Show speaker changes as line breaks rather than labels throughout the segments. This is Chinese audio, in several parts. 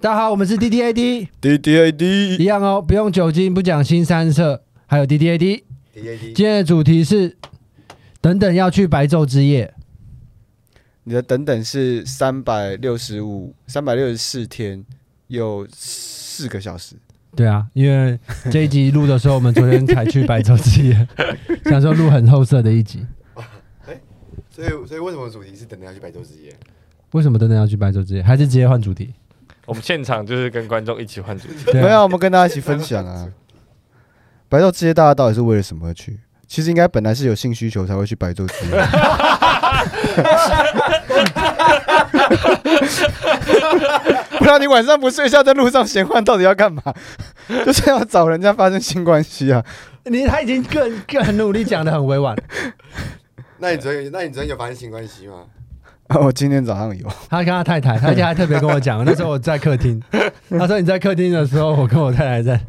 大家好，我们是 D D A D，
D D A
一
D
样哦，不用酒精，不讲新三色，还有 D D A D。
D A D，
今天的主题是等等要去白昼之夜，
你的等等是三百六十五、三百六十四天，有四个小时。
对啊，因为这一集录的时候，我们昨天才去白昼之夜，想说录很后色的一集。
哎所以，所以为什么主题是等着要去白昼之夜？
为什么等等要去白昼之夜？还是直接换主题？
我们现场就是跟观众一起换主题，
对啊
没有，我们跟大家一起分享啊。白昼之夜大家到底是为了什么而去？其实应该本来是有性需求才会去白昼之夜。不然你晚上不睡觉，在路上闲晃，到底要干嘛？ 就是要找人家发生性关系啊！
你他已经更更很努力讲的很委婉，
那你昨天，那你昨天有发生性关系吗？
啊我今天早上有，
他跟他太太，他而且还特别跟我讲，那时候我在客厅，他说你在客厅的时候，我跟我太太在，
啊、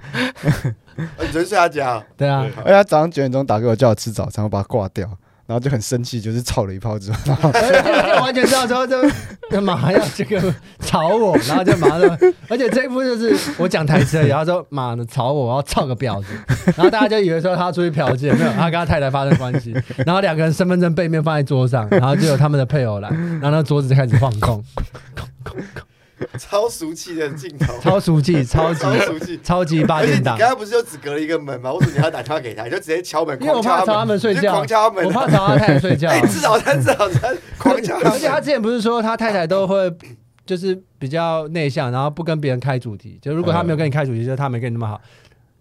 你昨天睡他家？
对啊，
而哎且他早上九点钟打给我叫我吃早餐，我把他挂掉，然后就很生气，就是吵了一炮之后，然
哎
后
我完全知道说这干嘛要这个吵我，然后就马上说，而且这一步就是我讲台词而已，然后说妈的吵我，我要操个婊子，然后大家就以为说他出去嫖妓，没有，他跟他太太发生关系，然后两个人身份证背面放在桌上，然后就有他们的配偶来，然后那桌子就开始晃动，
超俗气的镜头，
超熟记，超级
超俗气。
超级八
而且
点
你
档
刚。刚不是就只隔了一个门吗？为什么你还要打电话给他？你就直接敲门，
因为我怕
狂敲
吵他
门
们睡
你就
觉，
狂敲他门啊。
我怕吵他太太睡觉啊、
哎，吃早餐，吃 早餐，狂敲他
而且他
门。
之前不是说他太太都会就是比较内向，然后不跟别人开主题。就如果他没有跟你开主题，就是他没跟你那么好。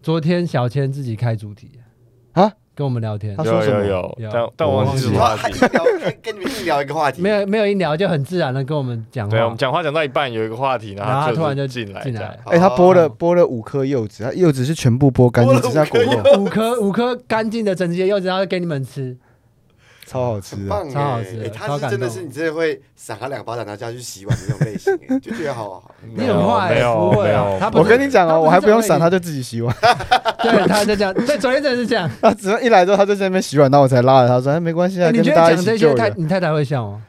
昨天小千自己开主题
啊，
跟我们聊天
他，说
有
什么
有有
有，
但但我忘记什么
哇，
话
他
题
硬。聊，跟跟你们硬聊一个话题。
没有没有一聊就很自然的跟我们讲
对，我
话
们，讲话讲到一半，有一个话题，然
然后他
后
突然就
就进来
进
这样
来。
好，
哎、他剥了剥了五颗柚子，他柚子是全部剥干净，
剥了
只剩下果
五颗
肉，
哦五 颗五颗干净的整洁柚子，然后给你们吃。
超好吃的。
棒
超好
哎
吃的
哎
超
他
感
是真的
动
是你真的会赏他两巴掌，然后叫他去洗碗的那种类型，哎就觉得好好。
你很坏、
没有
不会啊
没有
他不
我
是
跟你讲哦，我还不用闪，他
他
就自己洗碗。
不是这种类 型。对，他就这样。对，昨天真的是这样。
他只要一来之后，他就在那边洗碗，然后我才拉着他说：“哎，没关系啊，
哎你
跟
觉得
大家一
讲
起
这
救
些太
人。
你太太会笑哦吗？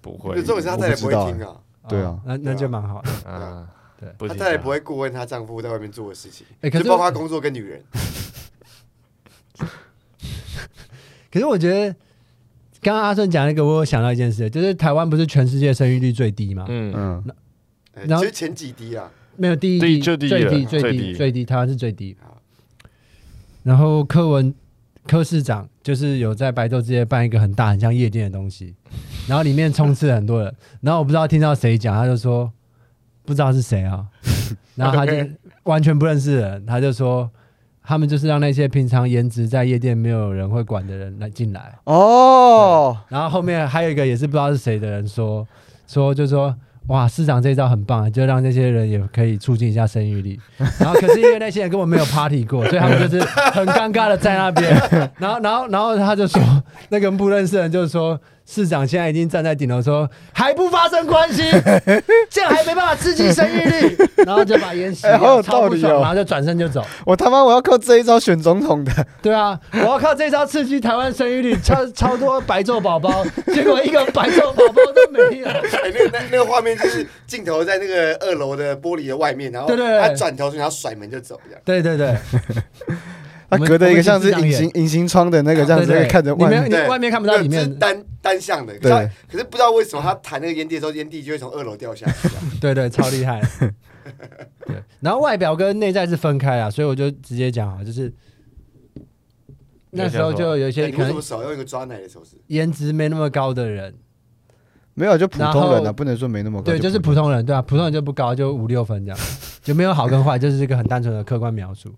不
因
会，
为重点是他再也不会听啊，
对啊
哦那那就蛮好的。
啊，
对
不
她
行，
再也不会过问她丈夫在外面做的事情，
哎，可
就是包括工作跟女人。
可是我觉得，刚刚阿顺讲那个，我有想到一件事，就是台湾不是全世界生育率最低嘛？
嗯，
嗯，
哎
然后
其实前几滴啊，
没有第一
第
低，
一就第一
最
了
低最
最
低
低
最低，台湾是最低
好。
然后柯文柯市长就是有在白昼之夜办一个很大很像夜店的东西，然后里面充斥了很多 人，然后我不知道听到谁讲，他就说不知道是谁 啊，然后他就完全不认识人，他就说他们就是让那些平常颜值在夜店没有人会管的人来进来。
哦，
然后后面还有一个也是不知道是谁的人说说就说哇，市长这一招很棒，啊就让那些人也可以促进一下生育力。然后可是因为那些人根本没有 party 过，所以他们就是很尴尬的在那边。然后然后然后他就说，那个不认识的人就说，市长现在已经站在顶楼说还不发生关系，这样还没办法刺激生育力，然后就把烟吸
哎好
掉，
有
超
道
不
理
爽，
哦
然后就转身就走。
我他妈我要靠这一招选总统的，
对啊，我要靠这招刺激台湾生育率， 超超多白昼宝宝， 结果一个白昼宝宝都没有。
哎，那个那那个画面就是镜头在那个二楼的玻璃的外面，然后
对对对
他转头，然后甩门就走，这样
对对对，
他隔着一个像是
我们
隐
我们
形隐形窗的那个这样子
啊对对
看着外
你
面。
对
外面看不到里面
没有这是单单向的。可
对
是他可是不知道为什么他弹那个烟蒂的时候，烟蒂就会从二楼掉下来。啊这样
对对，超 厉害。对，然后外表跟内在是分开啊，所以我就直接讲啊，就是那时候就有一
哎
些
你
可
为什
能
么手用一个抓奶的手势？
颜值没那么高的人，
没有，就普通人
然后
啊，不能说没那么高。
对，就是普通人，对啊，普通人就不高，就五六 分这样，就没有好跟坏，就是一个很单纯的客观描述。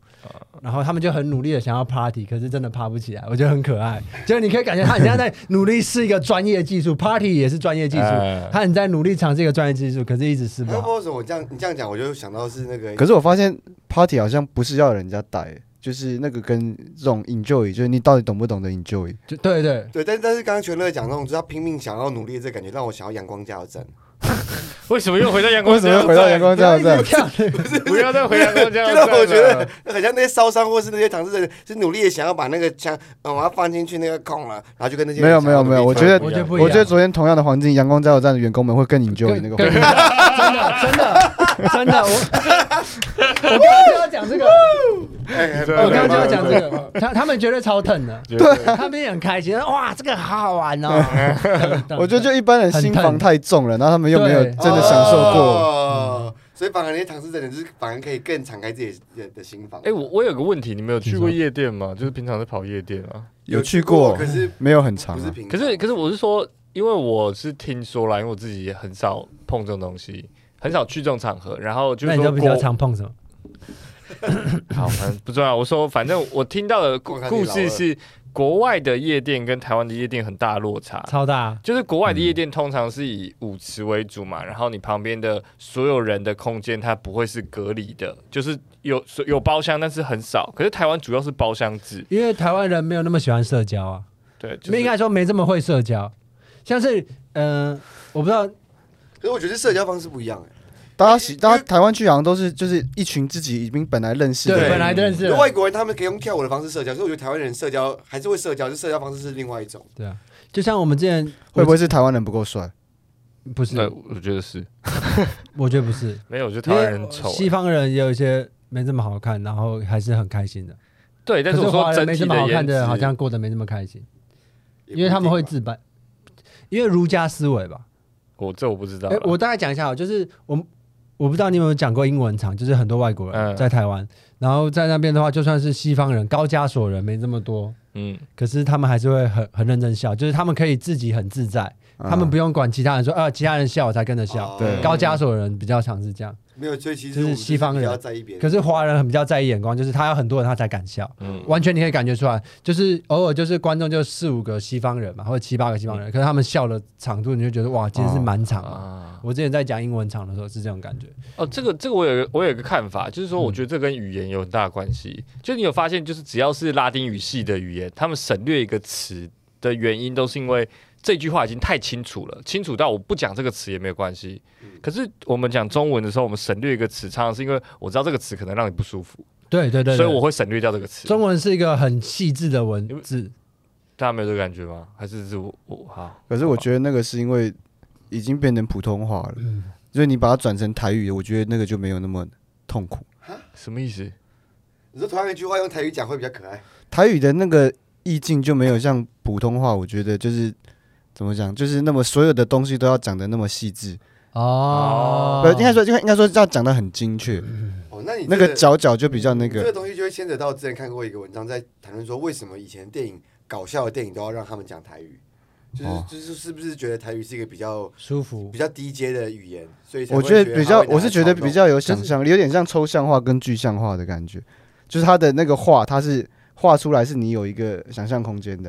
然后他们就很努力的想要 party，可是真的趴不起来，我觉得很可爱。就是你可以感觉他很像在努力试一个专业技术，party 也是专业 技术
哎，
他很在努力尝试一个专业技术，可是一直试
哎
不
不知道
好。
为什么我这样你这样讲，我就想到是那个
可是我发现 party 好像不是要人家带，就是那个跟这种 enjoy，就是你到底懂不懂得 enjoy。
就对对，
对，但但是刚刚全乐讲那种，就是他拼命想要努力的这感觉，让我想要阳光加油站。
为什么又回到阳光？啊
为什么要回到阳？光加油
不要一
站
直？跳
不要再回阳光这样
就
子
让
了。
我觉得很像那些烧伤或是那些躺尸人，是努力的想要把那个枪，嗯，我要放进去那个孔了，然后就跟那些人
没有
想要
没有
努力
没有
放
我
我觉得
觉得不一样，
我觉得昨天同样的环境，阳光加油站的员工们会更 enjoy
更
那个
更
环
真
境。
的真的，真的，我 我刚刚就要讲这个，
哎
哎
我哦刚刚就要讲这个，哦他他们绝对超疼的，
对，
他们也很开心，哇，这个好好玩哦。
我觉得就一般人心
很
房
疼
太重了，然后他们又没有
对
真的享受过。
过。哦所以反而那些唐氏症人，就是反而可以更敞开自己的的心房。
哎，我我有个问题，你们有去过
你
夜店吗？
嗯
就是平常在跑夜店啊？
有去过
可，是
没有很长
不
啊、
是平
可
常，
是可是我是说，因为我是听说啦，因为我自己也很少碰这种东西，很少去这种场合，然后就是
那你
说
就比较
国
常碰什么？
好，反正不重要。我说，反正我听到的故
我看你
故
老
事
了
是，国外的夜店跟台湾的夜店很大落差。
超大，啊
就是国外的夜店通常是以舞池为主嘛，然后你旁边的所有人的空间它不会是隔离的，就是有有包厢，但是很少。可是台湾主要是包厢制，
因为台湾人没有那么喜欢社交啊，
对，就是
应该说没这么会社交。像是，嗯、我不知道，
可是我觉得社交方式不一样。哎
大家喜，大家台湾去好像都是就是一群自己已经本来认识的
对，
对
本
人，
来认识
啊
因为
的，
外国人他们可以用跳舞的方式社交，可是我觉得台湾人社交还是会社交，就社交方式是另外一种。
对啊，就像我们之前
会不会是台湾人不够帅？
不是？
对，我觉得是呃
我觉得不是，
没有，我觉得台
因
湾
为
人丑、
西方人也哎有一些没这么好看，然后还是很开心的。
对，但
可
是我
华
说
人
整
没
体
这么好看
颜值
的，好像过得没那么开心，
也不
因为他们会
一定吧
自卑，因为儒家思维吧。
我这我不知道啊
哎、
啦，
我大概讲一下哦，就是我我不知道你有没有讲过英文场，就是很多外国
嗯
人在台湾，然后在那边的话，就算是西方人、高加索人没这么多，
嗯，
可是他们还是会很很认真笑，就是他们可以自己很自在，
啊
嗯
他们不用管其他人说啊，其他人笑我才跟着笑。
哦
对
高加索人比较常是这样，
没有，所以其实
就是
我们
西方人
比较在意别人。
可是华人很比较在意眼光，就是他要很多人他才敢笑。
嗯
完全你可以感觉出来，就是偶尔就是观众就四五个西方人嘛，或者七八个西方人，可是他们笑的长度，你就觉得哇，今天是满场啊！
啊。
我之前在讲英文场的时候是这种感觉，
哦，这个这个我有一个我有一个看法，就是
嗯
说，我觉得这跟语言有很大的关系。就你有发现，就是只要是拉丁语系的语言，他们省略一个词的原因，都是因为这句话已经太清楚了，清楚到我不讲这个词也没有关系。
嗯
可是我们讲中文的时候，我们省略一个词，常常是因为我知道这个词可能让你不舒服，
对对对对
所以我会省略掉这个词。
中文是一个很细致的文字，
大家没有这个感觉吗？还是是我我好？
可是我觉得那个是因为已经变成普通话了，所以你把它转成台语，我觉得那个就没有那么痛苦。
什么意思？
你说同样一句话用台语讲会比较可爱，
台语的那个意境就没有像普通话，我觉得就是怎么讲，就是那么所有的东西都要讲的那么细致，
哦，
呃，应该说应该应该说要讲的很精确，
哦，那你
那
这
个角角就比较那
这个
个，
东西就会牵扯到之前看过一个文章，在谈论说为什么以前电影搞笑的电影都要让他们讲台语，就是、
哦
就是是不是觉得台语是一个比较
舒服
比。较低阶的语言，所以才
我
会
觉
觉
得比较
它会拿来
我是觉得比
嘲
较有想象力，有点像抽象化跟具象化的感觉，就是它的那个画，它是画出来是你有一个想象空间的，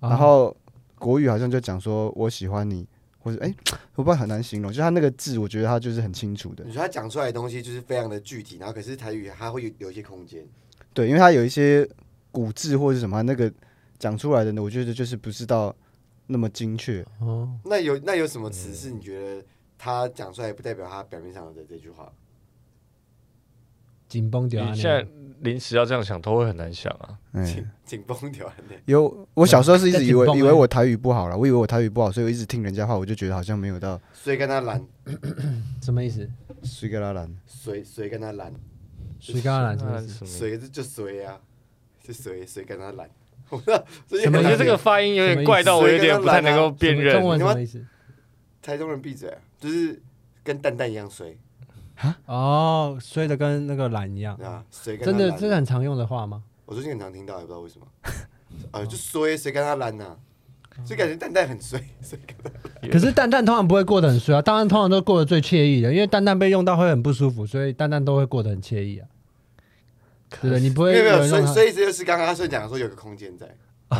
啊
然
哦
后国语好像就讲说我喜欢你，或者哎、我不知道很难形容，就是它那个字，我觉得它就是很清楚的
弄。你说他讲出来的东西就是非常的具体，然后可是台语它会有有一些空间，
对，因为它有一些古字或者什么，它那个讲出来的呢，我觉得就是不是到那么精确。
哦，
那有那有什么词是你觉得他讲出来不代表他表面上的这句话？
紧绷啊
你
掉。
现在临时要这样想，都会很难想啊。
嗯，
紧紧绷条的，
有我小时候是一直以为
在紧绷欸
以为我台语不好了，我以为我台语不好，所以我一直听人家话，我就觉得好像没有到
谁跟他懒，
什么意思？
苏格拉兰。
谁谁跟他懒，
水刚来什么
那
意思？
什么意思？
谁就谁啊，就谁谁跟他懒， 我不知道，所以
什
我
么
觉
意
得
思
这个发音有
什么意
点
思
怪到我有点不太能够辨认
中。文
你
什
们
么意思？
台中人闭嘴啊，就是跟蛋蛋一样水，
哦，衰的跟那个懒一样
对，吧？谁跟
真
他
的
懒啊
这是很常用的话吗？
我最近很常听到，也不知道为 什么，啊，就衰谁跟他懒呐、就感觉蛋蛋很衰，谁跟他
可是蛋蛋通常不会过得很衰啊，蛋蛋通常都过得最惬意的，因为蛋蛋被用到会很不舒服，所以蛋蛋都会过得很惬意啊。对不对？你不会
没有没有，
人
所以
用它
所以这就是刚刚阿顺讲的说有个空间在。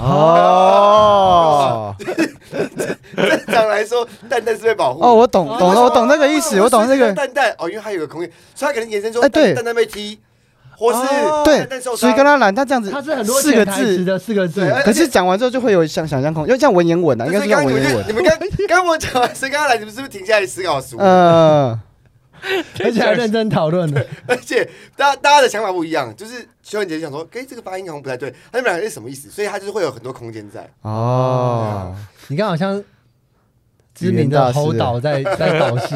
哦
正常来说，蛋蛋是被保护的。
哦，我懂懂了，我懂那个意思，我懂那
为什么
个。
蛋蛋哦，因为它有个空间，所以它可能延伸说，
哎对
蛋蛋被踢，或是
哦
对
蛋蛋，受
苏
伤
格，拉兰，他这样子
它是很多
四个
潜台词
字，
的四个字
对，哎
可
而且
是讲完之后就会有想想象空，因为像文言文啊，应该
就是是
像
刚刚
文
你们
言
就
文。
你们刚 刚我讲完谁跟他来，你们是不是停下来思考十五？
呃，
而且还认真讨论的。
而且大家大家的想法不一样，就是邱文杰想说，哎，这个发音好像不太对，他们两个是什么意思？所以他就是会有很多空间在。
哦，
你看，好像知名的侯导在在导戏，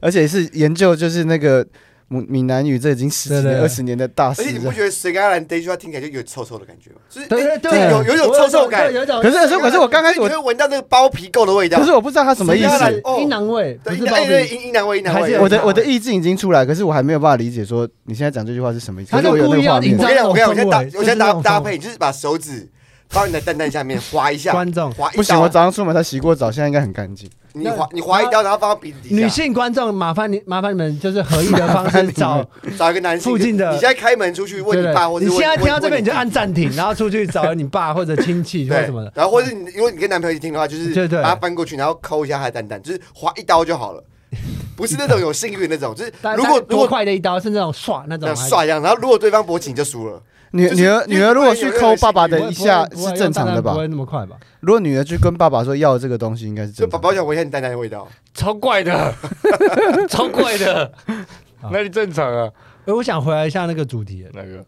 而且是研究就是那个闽闽南语，这已经十几
对对
年、
对
二十年的大
而且
师
你不
了。
觉得谁跟阿兰 Day 句话听起来就有臭臭的感觉吗？就是
啊对对
哎
对，
这有有一种臭臭感
对，有一种
可是可是可是我刚开始
你
我
会，闻到那个包皮垢的味道。
可是我不知道他什么意
谁跟阿兰
思。
哦
阴囊味，不
对，
是
阴
包
哎对
皮。
阴阴阳味，阴阳
还是
味。
有
我的我的意境已经出来，可是我还没有办法理解说你现在讲这句话是什么意思。
他
可
就是
我有
故
那
意
个
要
画
营
面
造
我跟你讲，我跟你讲，我先搭，我
就
先搭
是那种氛围
搭配，就是把手指放你的蛋蛋下面划一下，
观众
划一刀
不行，我早上出门才洗过澡，现在应该很干净。
你划你划一刀，然后放到鼻子底
女
下，
性观众，麻烦你麻烦你们，就是合意的方式找。
找一个男性
附近的
你现在开门出去问
对
你
对
爸，或者
你
问
现在听到这边
问
你就按暂停，然后出去找你爸或者亲戚或
对
什么的。
然后或者你如果你跟男朋友一起听的话，就是
对对
把它翻过去，然后抠一下他的蛋蛋，就是划一刀就好了，不是那种有性欲那种，就是
大
如果
大
如
多
果
快的一刀是那种唰那种
这样，刷一样，然后如果对方勃起你就输了，
女
就是
女儿
因为
女儿如果去抠爸爸
还
的一下
不会不会
是正常的吧
不？会那么快吧？
如果女儿去跟爸爸说要这个东西，应该是
就
正
宝
常
宝
的。
想闻一下你蛋蛋的味道。
超怪 的，超怪的
啊，
哪里正常啊？
哎，我想回来一下那个主题，
那个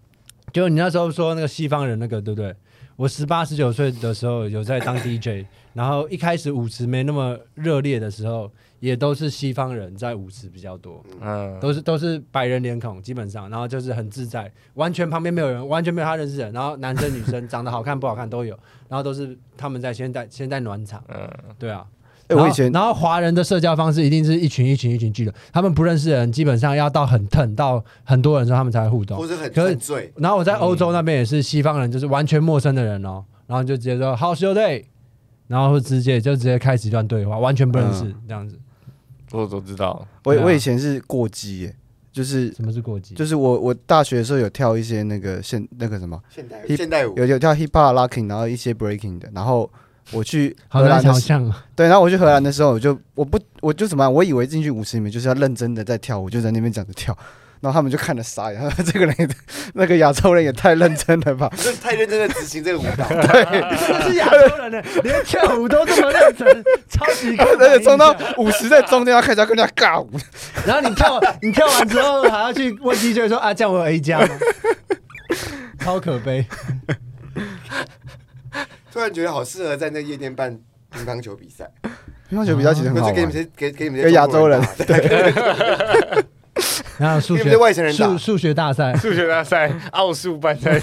就你那时候说那个西方人那个，对不对？我十八十九岁的时候有在当 DJ，然后一开始舞池没那么热烈的时候，也都是西方人在舞池比较多，
嗯，
都是都是白人脸孔基本上，然后就是很自在，完全旁边没有人，完全没有他认识的人，然后男生女生长得好看不好看都有， 然后都是他们在先在先在暖场，
嗯，
对啊。
哎，
然
我
后
以前
然后华人的社交方式一定是一群一群一群聚的，他们不认识的人，基本上要到很疼到很多人的时候，他们才会互动
或。是很
可是
很醉，
然后我在欧洲那边也是西方人，就是完全陌生的人哦，然后就直接说 How's your day，然后直接就直接开始一段对话，完全不认识、这样子。
我都知道，
我
对啊
我以前是过激耶，就是
什么是过激？
就是我我大学的时候有跳一些那个现那个什么，
现代
Hip-
现代舞
有有跳 hip hop locking，然后一些 breaking 的，然后我去
好
荷
难
兰的
想
时
象啊！
对，然后我去荷兰的时候，我就我不我就怎么样，我以为进去舞池里面就是要认真的在跳舞，就在那边讲着跳。然后他们就看了傻眼，他说这个人也那个亚洲人也太认真了吧？
就是太认真的执行这个舞蹈，
是亚洲人呢，连跳舞都这么认真，超级高。
而 且冲到舞池在中间，他开始要跟人家 尬舞，
然后你跳，你跳完之后还要去问 DJ 说啊，这样我有 A 加吗？超可悲。
突然觉得好适合在那夜店办乒乓球比赛，
乒乓球比赛其实
或
很好
者给你
玩
们。些给给你们
给
些
亚
中
洲
国
人
打对
然后数
给你们
学
些外星人打
数。数学大赛，
数学大 赛，奥数班赛，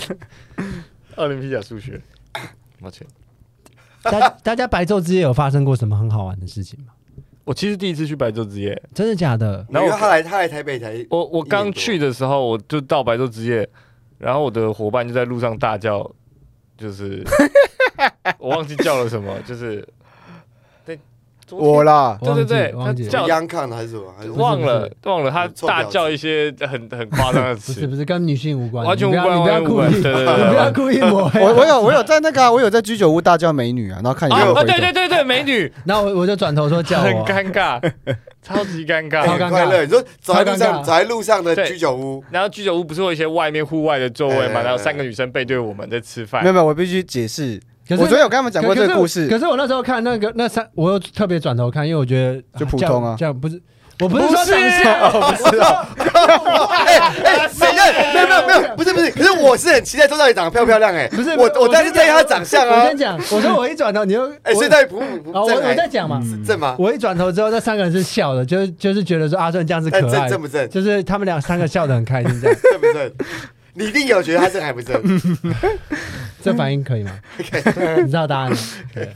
奥林匹亚数学，抱歉，
大大家白昼之夜有发生过什么很好玩的事情吗？
我其实第一次去白昼之夜，
真的假的？
然
然后
后
我
他来他来台北才
我我
一
刚
年多
去的时候，我就到白昼之夜，然后我的伙伴就在路上大叫，就是 我忘记叫了什么，就是对，昨天
我啦，
对对对
忘记
他
忘
叫
记
Young Con 还是什么？还是
不是
忘了忘了，他
臭
大
婊子
叫一些很很夸张的
不 是
词，
不是跟女性无关，
完全
你不要
无
你不要
关
故
完
意，
全无关 对对对
你不要故意抹黑。
我我有我有在那个啊、我有在居酒屋大叫美女啊，然后看你
啊
哦
有没有
啊
回头。
对对对对，美女
然后我我就转头说叫
很
我，
尴尬，超级尴
哎
超尴尬
尬。
很快乐。你说走在路
超尴
上，
尬
走在路上的
对
居酒屋，
然后居酒屋不是有一些外面户外的座位嘛，
哎
然后三个女生背对我们在吃饭
没有，没有，我必须解释。
可
我
是
昨天有跟他们讲过这个故事
可是。可是我那时候看那个那三，我又特别转头看，因为我觉得
就普通啊
这样不是，我不是说
不是啊
长相，
不是啊，
哎，谁在？没有没有没有，不是不是，可是我是很期待周大宇长得漂不漂亮哎，
不是
我我
在
但是在意他长相
我
啊
跟，你讲，我说我一转头你就
哎，所以
在
在普普
啊，我
正
我在
哎
讲嘛，
正吗？
我一转头之后，那三个人是笑的，就是就是觉得说阿顺这样嗯是可
但哎正
爱的
正，不正？
就是他们俩三个笑得很开心，这样
正不正？你一定有觉得他正还不正？
这反应可以吗？你知道答案了。对，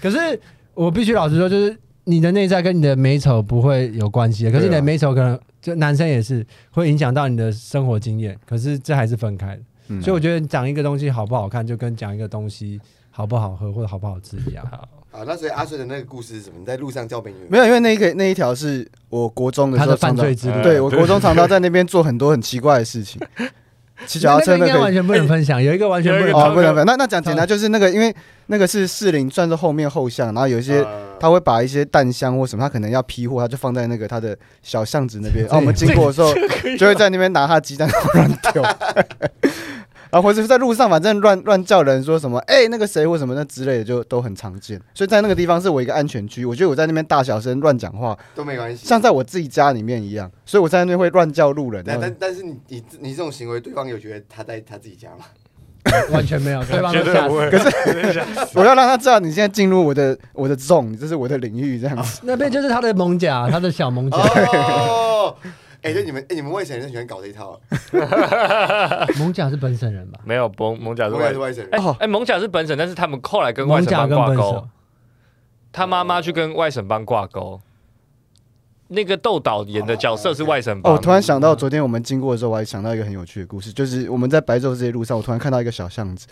可是我必须老实说，就是你的内在跟你的美丑不会有关系的，可是你
对
的
啊
美丑可能就男生也是会影响到你的生活经验，可是这还是分开的。
嗯
所以我觉得讲一个东西好不好看，就跟讲一个东西好不好喝或者好不好吃一样。
啊，那所以阿顺的那个故事是什么？你在路上叫美女，
没有，因为那一个那一条是我国中的时
他
候
的
常
犯
常
罪，之路，
呃
对我国中常常在那边做很多很奇怪的 事情，骑脚踏车
那个
那
应该完
个。
全不能分享，有一个完嗯全不
有
能
一
分享。
哦，
个
不能不能，那那讲简单，就是那个，因为那个是士林算是后面后巷，然后有一
嗯
些
呃
他会把一些弹箱或什么，他可能要批货，他就放在那个他的小巷子那边。
这
然后我们经过的时候，就会在那边拿他鸡蛋乱丢， 然后或者是在路上反正乱乱叫人说什么，哎、那个谁或什么那之类的，就都很常见。所以在那个地方是我一个安全区，我觉得我在那边大小声乱讲话，
都没关系。
像在我自己家里面一样，所以我在那边会乱叫路人。啊
嗯
但
然后
但但是你你你这种行为，对方有觉得他在他自己家吗？
完全没有，对方
绝
都
对
吓
不
死。
会。
我要让他知道你现在进入我的我的 zone，这是我的领域，这样子。
那边就是他的蒙甲，他的小蒙甲，
哦，哎，就你们，哎，你们外省人喜欢搞这一套啊，
蒙甲是本省人吧？
没有蒙蒙甲是
我
外
也是，外省
哎
人。
哦
哎，蒙甲是本省，但是他们后来跟外
蒙
省
甲
帮
跟
挂
本
钩
省，，
他妈妈去跟外省帮挂钩。那个豆导演的角色是外省帮。
哦，我突然想到昨天我们经过的时候，我还想到一个很有趣的故事，就是我们在白昼这一路上，我突然看到一个小巷子，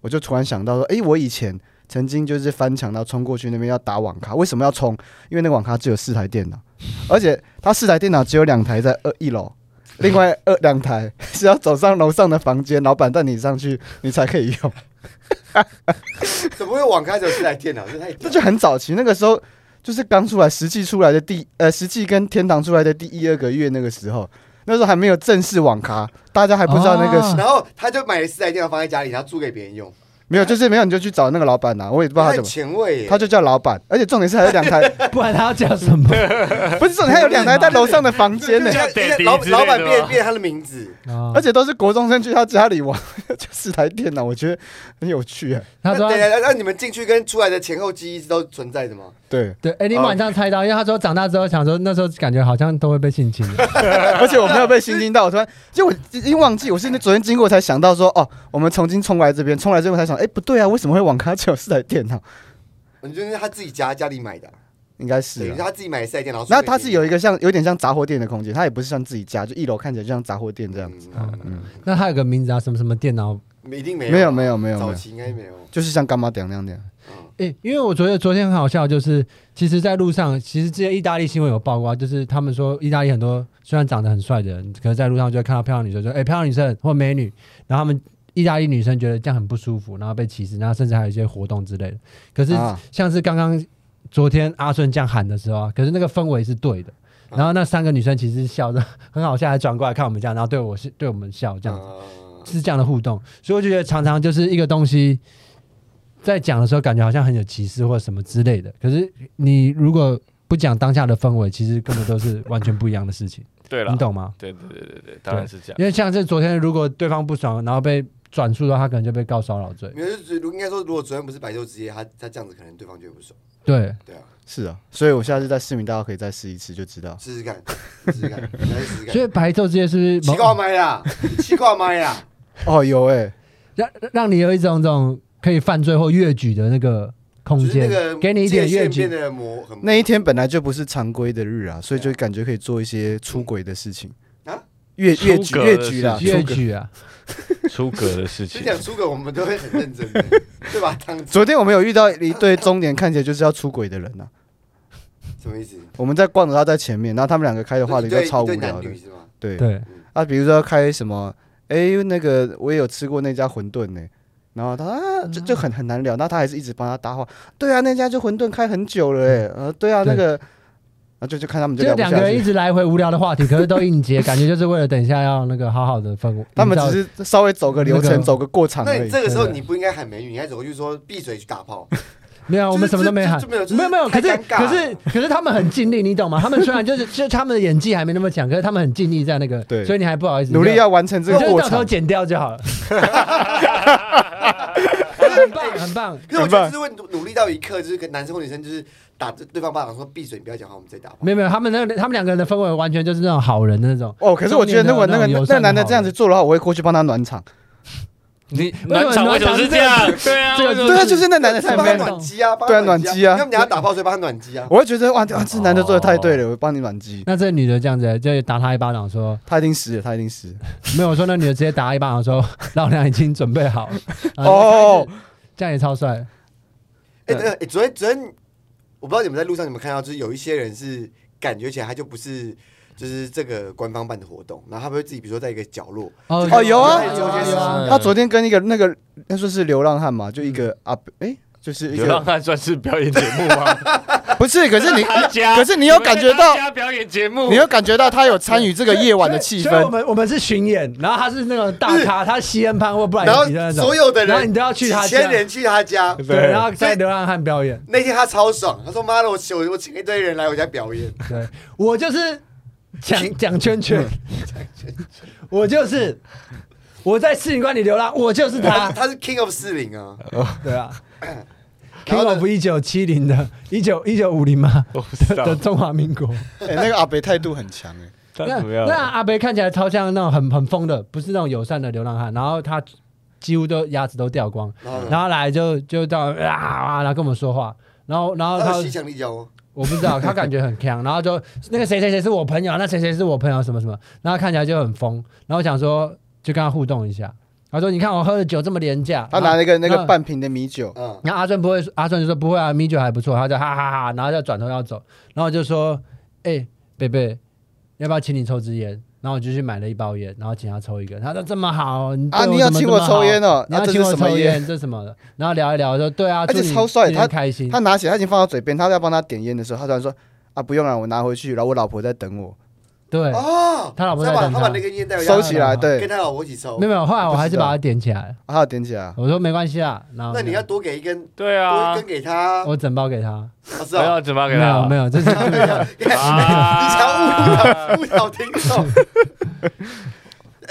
我就突然想到说，诶，我以前曾经就是翻墙到冲过去那边要打网咖，为什么要冲？因为那个网咖只有四台电脑，而且它四台电脑只有两台在二一楼。另外二两台 是要走上楼上的房间，老板带你上去，你才可以用。
怎么会网开只有四台电脑？这太
这就很早期，那个时候就是刚出来，实际出来的第呃，实际跟天堂出来的第一二个月那个时候，那时候还没有正式网咖，大家还不知道那个、
哦
然后他就买了四台电脑放在家里，然后租给别人用，
没有，就是没有你就去找那个老板呐、啊我也不知道他
很
怎么。
前卫耶。
他就叫老板，而且重点是还有两 台，
不然他要讲什 么？
不是重点，还有两台在楼上的房间呢
就，
叫
是
爹地
老
之类的
老板
吗
变变他的 名字，
哦
而且都是国中生去他家里玩，就四台电脑，我觉得很有趣啊。
他说
那
他
等一下，那你们进去跟出来的前后记忆是都存在的吗？
对，
对，哎，你晚上猜到，因为他说长大之后想说那时候感觉好像都会被性侵，
而且我没有被心惊到，我突然就我已经忘记，我是那昨天经过才想到说，哦，我们重新冲来这边，冲来这边才想，哎、不对啊，为什么会网咖只有四台电脑？
我觉得他自己家家里买的啊，
应该
等
是、
于
啊
是。他自己买的四台电脑。
那它是有一个像有点像杂货店的空间，它也不是像自己家，就一楼看起来就像杂货店这样，嗯
子
嗯那他有个名字啊，什么什么电脑？
一定没
没
有
有
啊
没有没有没
早
有
期应该没有。
就是像干妈店那样的。
嗯
哎，因为我觉得昨天很好笑，就是其实，在路上，其实之前意大利新闻有报过啊，就是他们说意大利很多虽然长得很帅的人，可是在路上就会看到漂亮女生说，哎，漂亮女生或美女，然后他们意大利女生觉得这样很不舒服，然后被歧视，然后甚至还有一些活动之类的。可是
啊
像是刚刚昨天阿顺这样喊的时候啊，可是那个氛围是对的。然后那三个女生其实是笑的， 很好笑，还转过来看我们这样，然后对我是对我们笑这样子，
嗯
是这样的互动。所以我就觉得常常就是一个东西在讲的时候，感觉好像很有歧视或什么之类的。可是你如果不讲当下的氛围，其实根本都是完全不一样的事情，
对了，
你懂吗？
对？对对对对对，当然是
啊
这样。
因为像是昨天，如果对方不爽，然后被转述的话，他可能就被告骚扰罪。
嗯没有，就是如应该说，如果昨天不是白昼之夜，他他这样子可能对方就会不爽。
对，
对啊，
是啊，所以我下次在市民大道可以再试一次，就知道。
试试看，试试看， 来试试
所
看。
以白昼之夜是不
七
是
挂
某
麦啦，七挂麦啊啦，
哦，有哎、
让让你有一种这种可以犯罪或越矩的那个空
就是那
间，
个
给你一点
界限
越矩
变。得模很模
那一天本来就不是常规的日啊，所以就感觉可以做一些出轨的事情
啊
越越
出
举
格的
越举啦，
事情
越
出格。
矩啊，
出格的事
其
情
实，讲出格，我们都会很认 真的，对吧？当
昨天我们有遇到一对中年看起来就是要出轨的人呐、啊，
什么意思？
我们在逛着他在前面，然后他们两个开的话
一
题都
对
超
一
无
对
聊
男
的
女，是吗？
对
对，
啊，比如说开什么，哎、那个我也有吃过那家馄饨呢、然后他、啊、
嗯
就就很很难聊，那他还是一直帮他搭话。对啊，那家就馄饨开很久了、欸，呃，对啊，
嗯对
那个，然后就就看他们就
就
聊不
两个
下
人一
去。
直来回无聊的话题，可是都应接，感觉就是为了等一下要那个好好的氛围。
他们
营造
只是稍微走个流程，
那个
走个过场
那
而
你
已。
这个时候
对
你不应该喊美女，你应该走过去说闭嘴去打 炮。
没有，我们什么都没喊
就就就没有，就是
没有没有。可
太
是
尴尬
可
了
是可是他们很尽力，你懂吗？他们虽然就是 就他们的演技还没那么强，可是他们很尽力在那个，
对
所以你还不好意思
努力要完成
你
这
就
个
你就
过
到时候
程。
剪掉就好 了。很棒很棒，
可是我觉得就是会努努力到一刻，就是跟男生或女生就是打对方巴掌说闭嘴，你不要讲话，我们再打炮。
没有没有，他们那个他们两个人的氛围完全就是那种好人的那种。
哦，可是我觉得如果那个
中年的那种友
那
善
个男的
好
这样子做的话，我会过去帮他暖场。
你暖场为什么是这样？对啊，
这个
为什么
对啊，就是那男的
这个
太
帮
man
他
没
了。
暖机啊，帮
对
他
啊
暖
暖机啊
因为你要打炮，所以帮他暖机啊。
我会觉得哇，啊这男的做的太
哦
对了，我帮你暖机。
那这女的这样子就打他一巴掌说，
他一定死了，他一定死了。
没有我说那女的直接打他一巴掌说，老娘已经准备 好了。然后
哦
就开始，这样也超帅。
哎，对，哎昨天昨天我不知道你们在路上有没有看到，就是有一些人是感觉起来他就不是。就是这个官方办的活动，然后他们会自己，比如说在一个角落，
哦
哦有啊
有啊嗯有啊，
他昨天跟一个那个那说是流浪汉嘛，就一个阿伯，哎，就是一
流浪
个
汉算是表演节目吗？
不是， 可是 你
大家，
可是你有感觉到
大家表演节目，
你有感觉到他有参与这个夜晚的气
所以所以我
氛，
们我们是巡演，然后他是那种大咖，他是西恩潘或布莱
然后
迪的那种，
所有的人，
然后你都要去他
几
家，
千人去他家。
对，然后在流浪汉表演。
那天他超爽，他说：“妈的，我请我请一堆人来我家表演。
对我就是讲讲圈圈，我就是我在四零观里流浪，我就是
他
他。
他是 King of 四零啊，
对啊。
然
King
后呢
of 一九七零的，一九一九五零嘛
我不知道
的中华民国。
哎、那个阿北态度很强 哎、
他
那
怎么样
那？阿北看起来超像那种很很疯的，不是那种友善的流浪汉。然后他几乎都牙齿都掉光，
然
嗯
后呢
然后来就就到啊啊，然后跟我们说话。然后，然后
他
他
有吸强力胶吗？
我不知道，他感觉很强，然后就那个谁谁谁是我朋友，那谁谁是我朋友什么什么，然后看起来就很疯，然后我想说就跟他互动一下，他说你看我喝的酒这么廉价，
他拿了一个那
那
个半瓶的米酒，
嗯，
然后阿顺不会，阿顺就说不会啊，米酒还不错，他就哈哈哈然后就转头要走，然后我就说，哎、贝贝，要不要请你抽支烟？然后我就去买了一包烟，然后请他抽一根。他说这么好，你嗯对
啊你要
怎么
请
这
我
么
抽
好
烟哦
你
啊
要
这
请
是
我
什么
抽
烟
烟，这什么的？然后聊一聊，说对啊，
而且
祝你
超帅
今天
他
开心。
他拿起他已经放到嘴边，他在帮他点烟的时候，他突然说啊不用了，我拿回去，然后我老婆在等我，
对，
哦，
他老婆在
把
等
他把
他
那根烟
哎
带回
收
家，
起来，对
跟，他老婆一起抽
没。有没有，后来我还是
不知道
把它点起来了。
啊他有点起来啊，
我说没关系啊，然后
那你要多给一根，
对
多
啊
一根，给他，
我整包给他，
我知
我
道
要。怎么
没
给他？啊
有没有，这 是故意的
你
啊
想误误导听 众？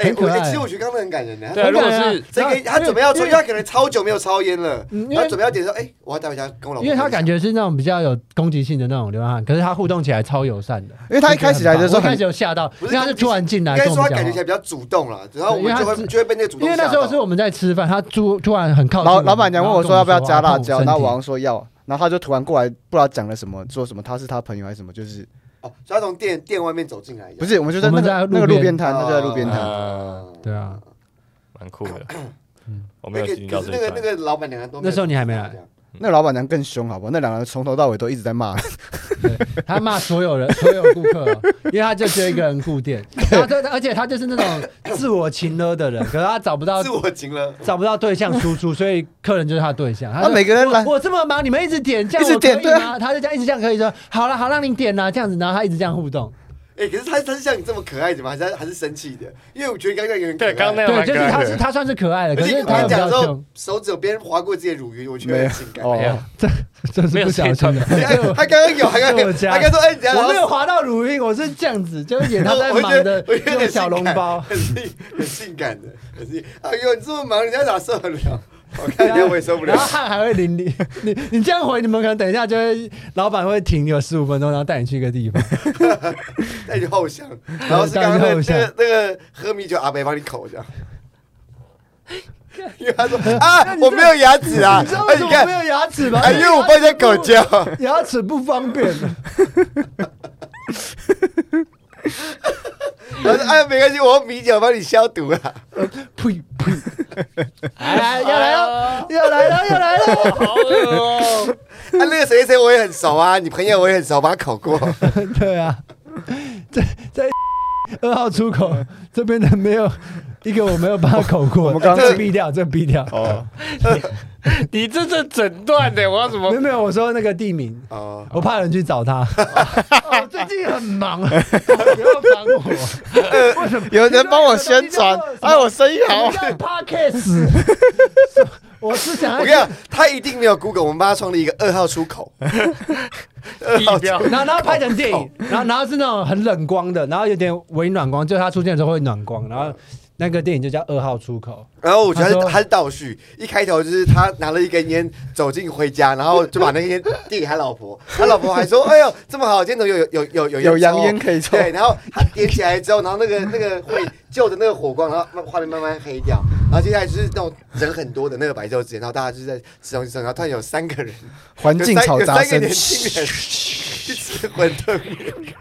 哎，我哎其实我觉得刚刚很感人的。
对啊，
很
如果
感人啊
是
这个他准备要抽，因为他可能超久没有抽烟了，然后准备要点说，哎，我要带回家跟我老婆。
嗯因为他感觉是那种比较有攻击性的那种流浪汉，可是他互动起来超友善的。
因为他一开始来的时候
我一开
很
始有吓到，
不
因
是
为他是突然进
应
来
该
跟我
说
们
他
讲
感觉起
话
来，比较主动了，然后我们就会就会被那个主动。
因为那时候是我们在吃饭，他突突然很靠近我啊
老
们
老板娘问我说要不要加辣椒，
然
然
后
后
跟
我
我
王说要，然后他就突然过来，不知道讲了什么，说什么他是他朋友还是什么，就是
哦，所以他从店店外面走进来，哦
不是我们就在
我
那
们在
个
路
那个路
边
边摊，他就在路边摊，
啊，
对啊，
蛮酷的。
嗯
我没
那
有
个
听到
哎可是
这
那个那
一段。
个老板娘都
那个老板娘更凶好不好？那两个人从头到尾都一直在 骂，
说他骂所有人所有顾客哦，因为他就只有一个人顾店，然后他而且他就是那种自我情勒的人，可是他找不到
自我情了，
找不到对象输出，所以客人就是他对象。说
啊每个人来
我我这么忙，你们一直点，这样
一直
我可以
点对啊
吗？他就这样一直这样可以说，好了好让你点啦，这样子，然后他一直这样互动，
哎，可是他他是像你这么可爱的吗？还是还是生气的？因为我觉得刚刚有点
对
对，
蛮
就是
可爱
他
的
是他算是可爱的，
而
可
且
是
你
他
刚
比
讲的
较
时候
凶，，
手指有别人划过自己的乳晕，我觉得很性感。
哦
哎呀
这是
没有
不小
切
心
穿
的。
哎他刚刚有，他刚刚有，他刚说哎，你等一下
我没有滑到乳晕，我是这样子，就是演 他在
我
忙
觉
的
得我觉得
用小笼包。
很性很性感的，很性。哎呦，你这么忙，人家哪受得了？我看人家我也受不了
然后。汗还会淋漓。你 你这样回，你们可能等一下就会，老板会停留十五分钟，然后带你去一个地方。
带去后巷，然后是刚刚那
带去后
个
巷
那个那个喝米酒阿伯帮你 口这样。因为他说啊，我没有牙齿 啊
你知道，为
哎，
什
你
么我
看
没，有牙齿吗？
哎，因为我帮人家口交，
牙齿不方便。
然后说哎，没关系，我用米酒帮你消毒啊。
呸呸！哎，要来了，要来了，要来了！
好恶哦！
啊，那个谁谁我也很熟啊，你朋友我也很熟，帮他口过。
对啊， 在在二号出口这边的没有一个我没有帮他口嗯过，我哎
们刚
这个毙掉，这个毙掉。
哦，
你这这整段的，我要怎
没
么
有？没有，我说那个地名，
哦，
我怕人去找他。哦、最近很 忙，不要烦我。呃
有人帮我宣传，哎，我生意好
我
好，
在 podcast，我 是想
我跟你
要。
讲，他一定没有 Google，我们帮他创立一个二号出口。二
地
号出
标？
然后，然后拍成电影，然后，然后是那种很冷光的，然后有点微暖光，就他出现的时候会暖光，然后那个电影就叫《二号出口
然后我觉
他说
得他是倒叙，一开头就是他拿了一根烟走进回家，然后就把那根烟递给他老婆，他老婆还说：“哎呦，这么好，今天怎么有有有有
有洋
抽
烟可以抽
对，然后他点起来之后，然后那个那个会就着那个火光，然后慢画面慢慢黑掉，然后接下来就是那种人很多的那个白昼之夜，然后大家就是在吃东西吃东西，然后突然有三个人，
环
有
境
三
嘈
有
杂
三个
声，
年轻人去吃馄饨面。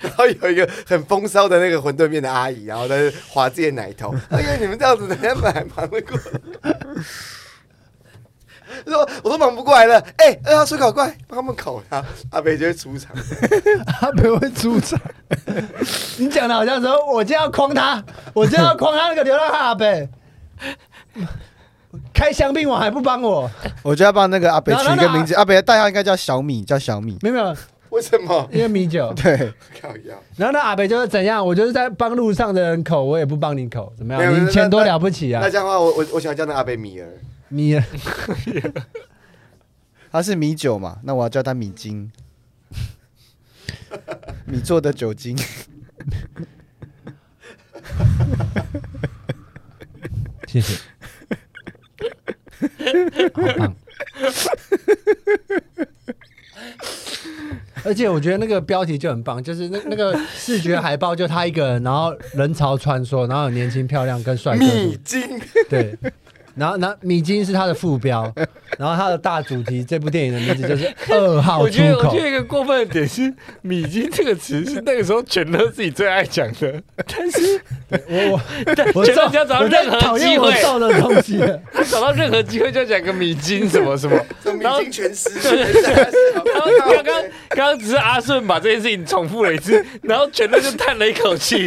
然后有一个很风骚的那个馄饨面的阿姨，然后在划自己的奶头。哎呀，你们这样子，人家买忙得过来？他说我都忙不过来了。哎、二号出口过来帮他们口啊！阿北就会出场。》，
他不会出场。你讲的好像说，我今天要框他， 我今天要框他那个流浪汉阿伯，开香槟我还不帮我，
我就要帮那个阿北
然后
取一
然
个
后
名字，阿北的代号应该叫小米，叫小米，
没有没有，
为什 么？
因为米酒。
对，
靠腰。
然后那阿北就是怎样，我就是在帮路上的人口，我也不帮你口，怎么
没有没
样？
有
你钱多了不起啊
那，这样的话，我我我想叫那阿北米儿。
你
他是米酒嘛，那我要叫他米精， 米做的酒精，
谢谢，好棒。 而且我觉得那个标题就很棒，就是那那个视觉海报，就他一个人，然后人潮穿梭，然后有年轻漂亮跟帅哥，
秘境，
对，然后那米津是他的副标，然后他的大主题，这部电影的名字就是《二号
我
出
觉得我
口
觉》得一个过分的点是“米津”这个词是那个时候全都自己最爱讲的，但是
我我我
觉
造
得人家找到
我在
任何
讨厌
机
我
会
造的东 西了，
他找到任何机会就要讲个米津什么什么，
这秘
然后
境全失，全失好不
然
好
后刚刚刚刚只是阿顺把这件事情重复了一次，然后全都就叹了一口气，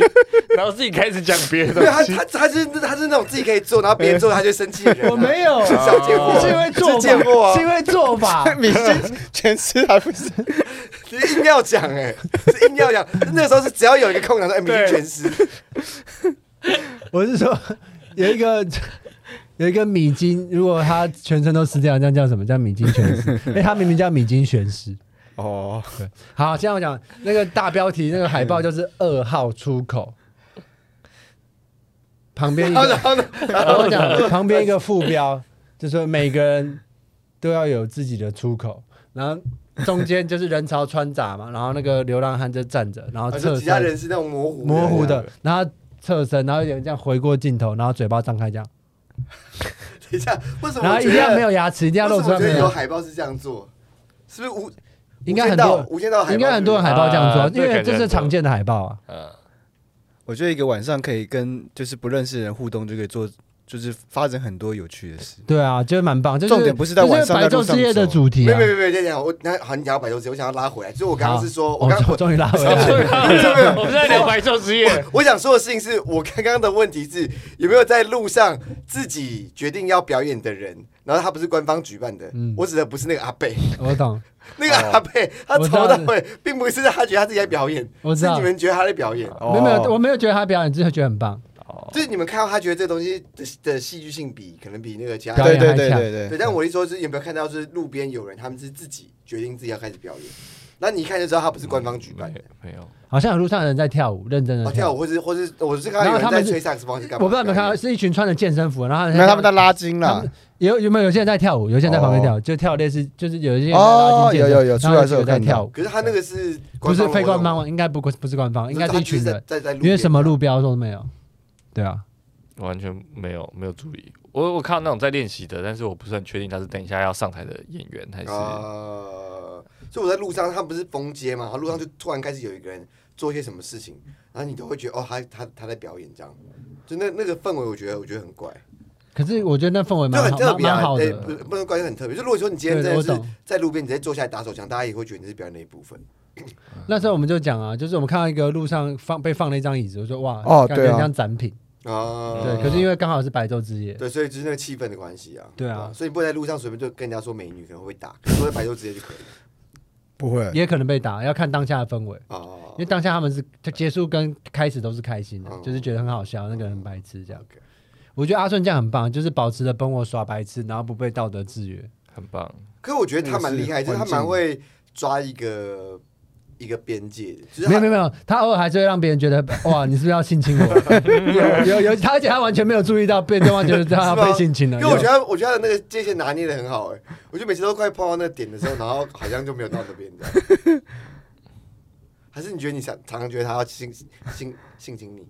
然后自己开始讲别的
对他
东西。
他他是他是那种自己可以做，然后别人做他就生气的人啊。
我没有，是哦
小见过，
因为做
是见过
法，
啊
是因为做法。
米津全吃还不是？
你硬要讲哎，是硬要讲。那个时候是只要有一个空档说，哎，明
对
全失，
我是说，有一个有一个米津，如果他全身都撕掉，这样叫什么？叫米津全 尸？哎、他明明叫米津玄师。
哦，
好，现在我讲那个大标题，那个海报就是二号出口。旁边一
然后
个
然，后呢，
我讲旁边一个副标，就说每个人都要有自己的出口，然后中间就是人潮穿杂嘛，然后那个流浪汉就站着，然后
啊
侧
就其他
身
人是那种模糊
模糊
啊
的，然后侧身，然后有点这样回过镜头，然后嘴巴张开这样，
等一下，为什么
然
我
后一
觉得
定要没有牙齿，一定要露出来
为
没
什么我觉得有
有，
海报是这样做，是不是无？
啊应该很
无间道
多，
无间道的海报
应该很多人海报这样
啊
做，因
对
为
感觉
这是
很多
常见的海报啊。
呃
我觉得一个晚上可以跟就是不认识的人互动，就可以做，就是发展很多有趣的事。
对啊，就是蛮棒，就是
重点不是在晚上
就是白
在路
昼
上
之夜的
走
主题
没有
啊
没。有没有，这样我那好，你讲到白昼节，我想要拉回来，就是我刚刚是说，
好
我刚
哦
我
终于拉回来
对
了。
啊我们在聊白昼之夜，
我想说的事情是我刚刚的问题是有没有在路上自己决定要表演的人，然后他不是官方举办的，
嗯
我指的不是那个阿贝，
我懂，
那个阿贝他
哦我
从
知道
头到尾并不是他觉得他自己在表演，
我知
是
道
你们觉得他在表演，
哦
没有没有，我没有觉得他表演，只是觉得很棒。
就是你们看到他觉得这东西的的戏剧性比可能比那个其他
表
对
演
对
还
对
强
对
对，
对，
但我一说是有没有看到，就是路边有人他们是自己决定自己要开始表演，那你一看就知道他不是官
嗯
方举办的。
没有，
好像有路上的人在跳舞，认真的
哦，跳舞，或是或是我是看到有
然后
人
他
在
们是
吹萨克斯风还是干
我
嘛？
不知道你们看到，是一群穿着健身服，然后
哎没有他们在
在
拉筋
他
啦
们，有有没有有些人在跳舞，有些人在旁边
哦
跳，就跳类似，就是有一些人在拉
哦，
筋
有
健身
有有，
然
出
后
来
有
是
几
有
个在
看
跳
到，
舞，
可是他那个是
不是非官
活动，
方，应该不是不是官方，应该
啊
是一群
他
人
只，在在在路
因为
边
什么路标都没有。对啊，
完全没有没有注意。我我看到那种在练习的，但是我不是很确定他是等一下要上台的演员还是。
呃，所以我在路上，他不是封街嘛，他路上就突然开始有一个人做一些什么事情，然后你都会觉得哦，他他他在表演这样，就那那个氛围，我觉得我觉得很怪，
可是我觉得那氛围
就
蛮
很
好，
特
蛮
别
蛮
啊，
好
哎
对，
的。
不不能怪就很特别。就如果说你今天
对，
真的
我
是
懂。
在路边，你直接坐下来打手枪，大家也会觉得你是表演的一部分。
那时候我们就讲啊，就是我们看到一个路上放被放了一张椅子，我说哇，
哦
感觉
对啊哦
很像展品。
啊，
对，可是因为刚好是白昼之夜，
对，所以就是那个气氛的关系啊。
对啊
所以你不会在路上随便就跟人家说美女，可能会被打，可是说白昼直接就可以了。
不会
也可能被打，要看当下的氛围。
哦
因为当下他们是他结束跟开始都是开心的，
嗯
就是觉得很好笑，那个人白痴这样
OK。
我觉得阿顺这样很棒，就是保持着帮我耍白痴，然后不被道德制约。
很棒，
可我觉得他蛮厉害，
那个是
就是他
环境
蛮会抓一个一个边界的，就是他
没有没有没有，他偶尔还是会让别人觉得哇，你是不是要性 侵我？有有有，他而且他完全没有注意到被对方觉得他
是吗
被性侵了。
因为我觉
有
得他，我觉得他的那个界限拿捏的很好哎、我就每次都快碰到那个点的时候，然后好像就没有到那边这样。还是你觉得你想常常觉得他要性性性侵你？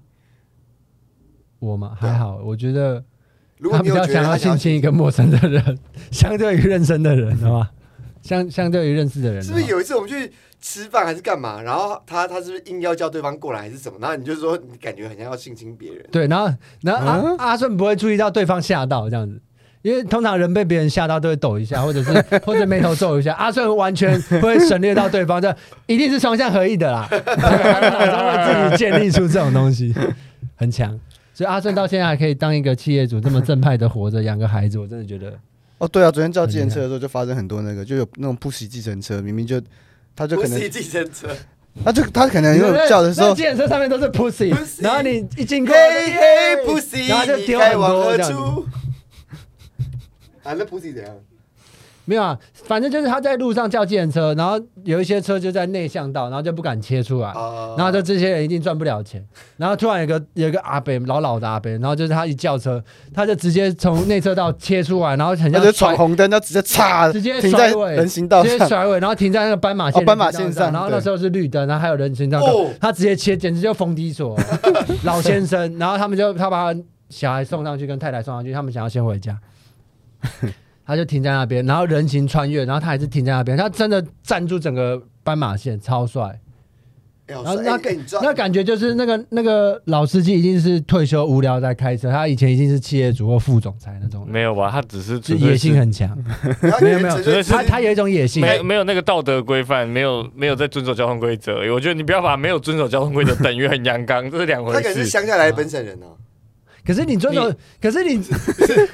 我嘛还好，我觉得
如果
他
你
比
有
较
觉得
想
他
要
想
性侵一个陌生的人，相对于认生的人，好吧？相相对于认识的人的
是
话，
不是有一次我们去吃饭还是干嘛，然后他他是不是硬要叫对方过来还是什么？然后你就说你感觉很像要性侵别人，
对，然后然后阿、阿顺不会注意到对方吓到这样子，因为通常人被别人吓到都会抖一下，或者是 或者眉头皱一下。阿顺完全会省略到对方，这一定是双向合意的啦， 然后自己建立出这种东西，很强。所以阿顺到现在还可以当一个企业主这么正派的活着，养个孩子，我真的觉得
哦，对啊，昨天叫计程车的时候就发生很多那个，就有那种不洗计程车，明明就他就
不
可
是
能，
计程 车，
他就他可能有叫的时
那
候，
计程车上面都是 pussy，
Pussy
然后你一经过，
嘿嘿
然后就
，pussy，你
丢
开
很
往
多
何
这样子。
处？啊，那 pussy 怎样？
没有啊，反正就是他在路上叫计程车，然后有一些车就在内巷道，然后就不敢切出来，
哦
啊然后就这些人一定赚不了钱。然后突然有个有个阿北老老的阿北，然后就是他一叫车，他就直接从内车道切出来，然后很
他
像
就
甩
闯红灯，他直接 插，
直接
停在
甩尾
人行道
直
上
接，甩尾，然后停在那个斑马线、
哦斑马线上
然后
对
那时候是绿灯，然后还有人行道上，
哦
他直接切，简直就逢低 锁老先生。然后他们就他把他小孩送上去，跟太太送上去，他们想要先回家，他就停在那边，然后人行穿越，然后他还是停在那边，他真的站住整个斑马线，超帅。
哎
然后
我说
那
哎，你
啊
知道
那感觉就是那个那个老司机一定是退休无聊在开车，他以前一定是企业主或副总裁那种人，
没有吧？他只是
是
纯粹
野性很强。
然后你
没有没有
纯粹是
他他有一种野性，
没没有那个道德规范，没有没有在遵守交通规则。我觉得你不要把没有遵守交通规则等于很阳刚，这是两
他
回
可能是
事。
乡
嗯
下来的本省人哦，
可是你遵守
你，
可是 你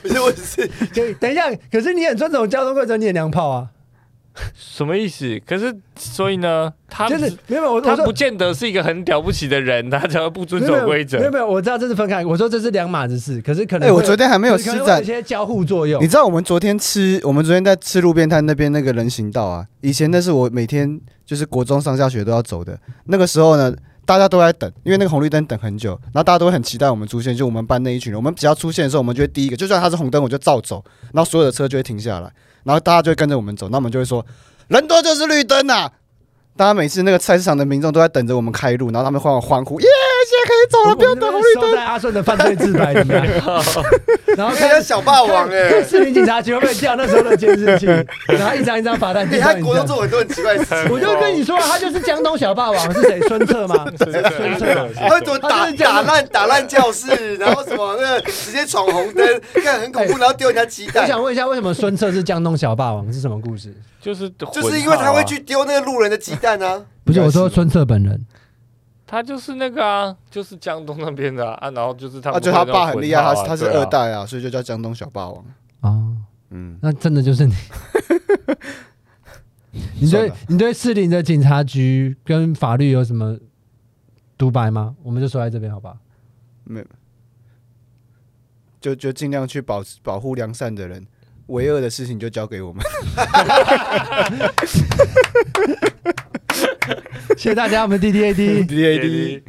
不是我是
等等一下，可是你很遵守交通规则，你也娘炮啊！
什么意思？可是所以呢，他
就是没有没有我
他
我说
不见得是一个很了不起的人，他只要不遵
没有没
守
有
规
没有
则，
没有，我知道这是分开。我说这是两码子事，可是可能
哎，我
会有
昨天还没有
可
施
能会有
展
一。些交互作用
你。知道我们昨天吃，我们昨天在吃路边摊那边那个人行道啊，以前那是我每天就是国中上下学都要走的。那个时候呢，大家都在等，因为那个红绿灯等很久，然后大家都会很期待我们出现，就我们班那一群人，我们只要出现的时候，我们就会第一个，就算它是红灯，我就照走，然后所有的车就会停下来，然后大家就会跟着我们走，那我们就会说，人多就是绿灯呐、大家每次那个菜市场的民众都在等着我们开路，然后他们欢欢呼，耶，现在可以走了，不要等红绿灯。
灯。在阿顺的犯罪自白里面， 然后
他像
看
小霸王
欸
哎、
看市民警察局会不会调那时候的监视器，然后一张一张罚单
哎、
递
他
上你
国
这
中
样。
做很多很奇 怪的事情，
我就跟你说，他就是江东小霸王是谁？孙策 吗？孙策。
他会怎么
他
打
就是这样
打烂打烂教室，然后什么那个直接闯红灯，看很恐怖，然后丢人家鸡
我
蛋，
想问一下，为什么孙策是江东小霸王？是什么故事？
就是
就是因为他会去丢那个路人的鸡蛋啊。
不是
应该
我
是
说
吧
孙策本人，
他就是那个啊，就是江东那边的啊，啊然后就是他
啊，
们会
就
有那
他
种混号啊，
爸很厉害，他是他是
对啊
二，代啊，所以就叫江东小霸王。
哦，
嗯，
那真的就是 你。你
算
对
了
你对士林的警察局跟法律有什么独白吗？我们就说在这边好吧？
就就尽量去保保护良善的人，为恶的事情就交给我们。
谢谢大家，我们 D D A D。
D A D，